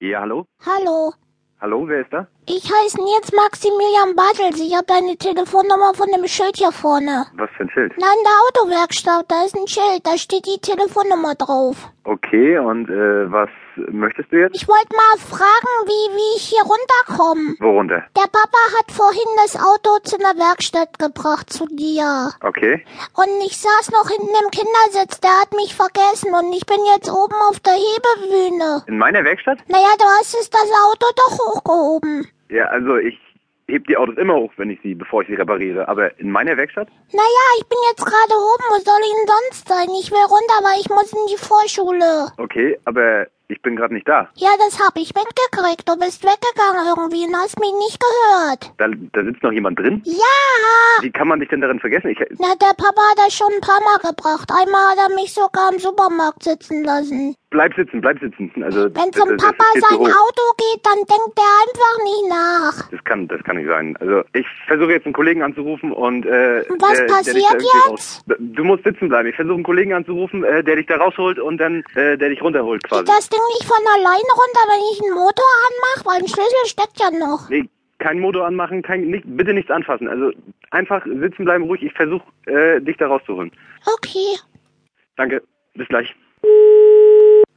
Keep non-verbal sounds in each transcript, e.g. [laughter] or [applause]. Ja, hallo? Hallo, Hallo, wer ist da? ich heiße Nils Maximilian Bartels. Ich habe deine Telefonnummer von dem Schild hier vorne. Was für ein Schild? Nein, der Autowerkstatt, da ist ein Schild, da steht die Telefonnummer drauf. Okay, und äh, was möchtest du jetzt? Ich wollte mal fragen, wie, wie ich hier runterkomme. Worunter? Der Papa hat vorhin das Auto zu einer Werkstatt gebracht zu dir. Okay. Und ich saß noch hinten im Kindersitz, der hat mich vergessen und ich bin jetzt oben auf der Hebebühne. In meiner Werkstatt? Naja, du hast es das Auto doch hochgehoben. Ja, also ich heb die Autos immer hoch, wenn ich sie, bevor ich sie repariere. Aber in meiner Werkstatt? Naja, ich bin jetzt gerade oben. Wo soll ich denn sonst sein? Ich will runter, aber ich muss in die Vorschule. Okay, aber ich bin gerade nicht da. Ja, das hab ich mitgekriegt. Du bist weggegangen irgendwie und hast mich nicht gehört. Da, da sitzt noch jemand drin? Ja! Wie kann man dich denn darin vergessen? Ich, Na, der Papa hat das schon ein paar Mal gebracht. Einmal hat er mich sogar im Supermarkt sitzen lassen. bleib sitzen, bleib sitzen. Also, Wenn das- [laughs] zum das- das Papa geht so sein hoch. Auto geht, dann denkt er einfach nicht nach. Das kann, das kann nicht sein. Also ich versuche jetzt einen Kollegen anzurufen und äh, Und was der, der dich passiert da irgendwie jetzt? raus- Du musst sitzen bleiben. Ich versuche einen Kollegen anzurufen, äh, der dich da rausholt und dann äh, der dich runterholt quasi. Geht das Ding nicht von alleine runter, wenn ich einen Motor anmache? Weil ein Schlüssel steckt ja noch. Nee, kein Motor anmachen, kein, nicht, bitte nichts anfassen. Also einfach sitzen bleiben, ruhig. Ich versuche äh, dich da rauszuholen. Okay. Danke. Bis gleich.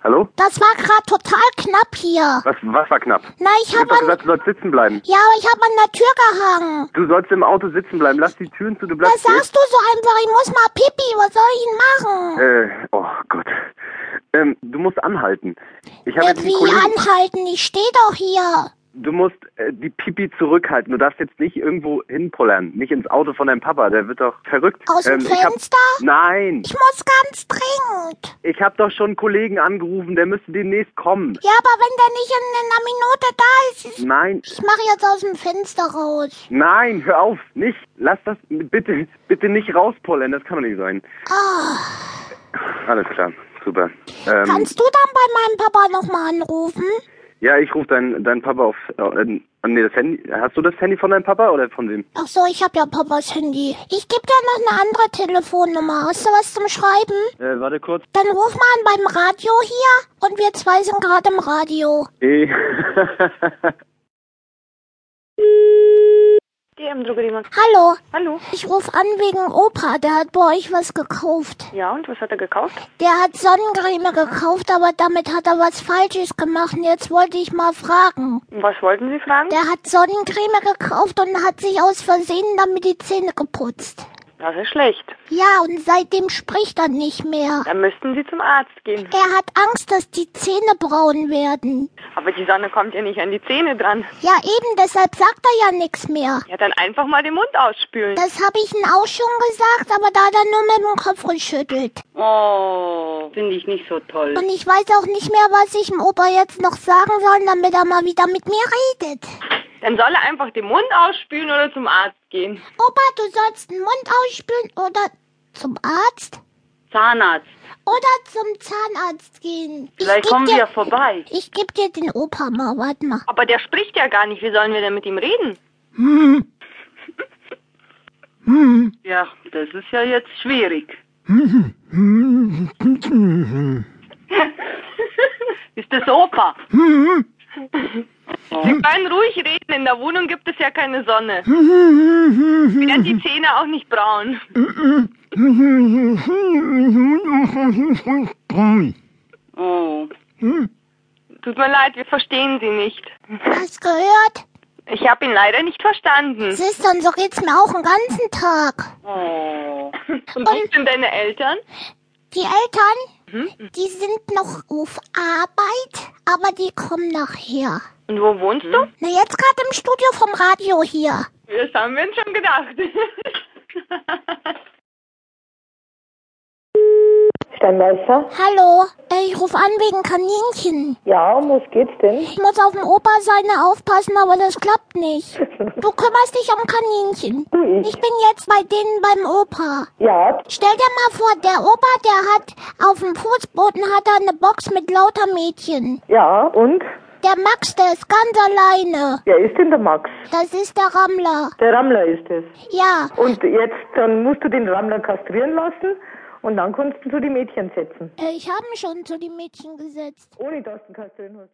Hallo? Das war gerade total knapp hier. Was, was war knapp? Na, ich Ich hab doch habe an gesagt, du sollst sitzen bleiben. Ja, aber ich hab an der Tür gehangen. Du sollst im Auto sitzen bleiben. Lass die Türen zu, du Was bleibst sagst du so einfach? Ich muss mal pipi. Was soll ich denn machen? Äh, oh Gott. Ähm, du musst anhalten. Ich habe Ja, jetzt einen wie Kollegen... anhalten? Ich stehe doch hier. Du musst äh, die Pipi zurückhalten. Du darfst jetzt nicht irgendwo hinpollern. Nicht ins Auto von deinem Papa. Der wird doch verrückt. Ähm, Aus dem ich hab- Fenster? Nein. Ich muss ganz dringend. Ich habe doch schon einen Kollegen angerufen. Der müsste demnächst kommen. Ja, aber wenn der nicht in einer Minute Nein. da ist, ich, ich mache jetzt aus dem Fenster raus. Nein, hör auf. Nicht. Lass das. Bitte, bitte nicht rauspollern. Das kann doch nicht sein. Ah, Alles klar. Super. Ähm, kannst du dann bei meinem Papa nochmal anrufen? ja, ich rufe deinen dein Papa auf. Äh, nee, das Handy. Hast du das Handy von deinem Papa oder von wem? Ach so, ich hab ja Papas Handy. Ich geb dir noch eine andere Telefonnummer. Hast du was zum Schreiben? Äh, warte kurz. Dann ruf mal an beim Radio hier und wir zwei sind gerade im Radio. Eh. DM Drogeriemarkt. Hallo, Hallo. ich rufe an wegen Opa, der hat bei euch was gekauft. Ja, und was hat er gekauft? Der hat Sonnencreme gekauft, aber damit hat er was Falsches gemacht. Und jetzt wollte ich mal fragen. Was wollten Sie fragen? Der hat Sonnencreme gekauft und hat sich aus Versehen damit die Zähne geputzt. Das ist schlecht. Ja, und seitdem spricht er nicht mehr. Dann müssten Sie zum Arzt gehen. Er hat Angst, dass die Zähne braun werden. Aber die Sonne kommt ja nicht an die Zähne dran. Ja, eben, deshalb sagt er ja nichts mehr. Ja, dann einfach mal den Mund ausspülen. Das habe ich ihm auch schon gesagt, aber da hat er nur mit dem Kopf geschüttelt. Oh, finde ich nicht so toll. Und ich weiß auch nicht mehr, was ich dem Opa jetzt noch sagen soll, damit er mal wieder mit mir redet. Dann soll er einfach den Mund ausspülen oder zum Arzt gehen. Opa, du sollst den Mund ausspülen oder zum Arzt Zahnarzt. oder zum Zahnarzt gehen. Ich geb dir, vorbei. Ich geb dir den Opa mal, warte mal. Aber der spricht ja gar nicht. Wie sollen wir denn mit ihm reden? Hm. Hm. Ja, das ist ja jetzt schwierig. Hm. Hm. [laughs] Ist das Opa? Hm. Sie können ruhig reden. In der Wohnung gibt es ja keine Sonne. Werden die Zähne auch nicht braun. Oh. Tut mir leid, wir verstehen Sie nicht. Hast gehört? Ich habe ihn leider nicht verstanden. Siehst du, und so geht's mir auch den ganzen Tag. Oh. Und wie sind deine Eltern? Die Eltern, die sind noch auf Arbeit, aber die kommen nachher. Und wo wohnst du? Na, jetzt gerade im Studio vom Radio hier. Das haben wir uns schon gedacht. [laughs] Steinmeister? Hallo, äh, ich rufe an wegen Kaninchen. Ja, um was geht's denn? Ich muss auf den Opa seine aufpassen, aber das klappt [laughs] nicht. Du kümmerst dich um Kaninchen. Du, ich? Ich bin jetzt bei denen beim Opa. Ja, Stell dir mal vor, der Opa, der hat auf dem Fußboden hat er eine Box mit lauter Mädchen. ja, und? Der Max, der ist ganz alleine. Wer ist denn der Max? Das ist der Rammler. Der Rammler ist es. Ja, Und jetzt, dann musst du den Rammler kastrieren lassen und dann kannst du die Mädchen setzen. äh, ich habe ihn schon zu den Mädchen gesetzt. Ohne dass du ihn kastrieren hast lassen.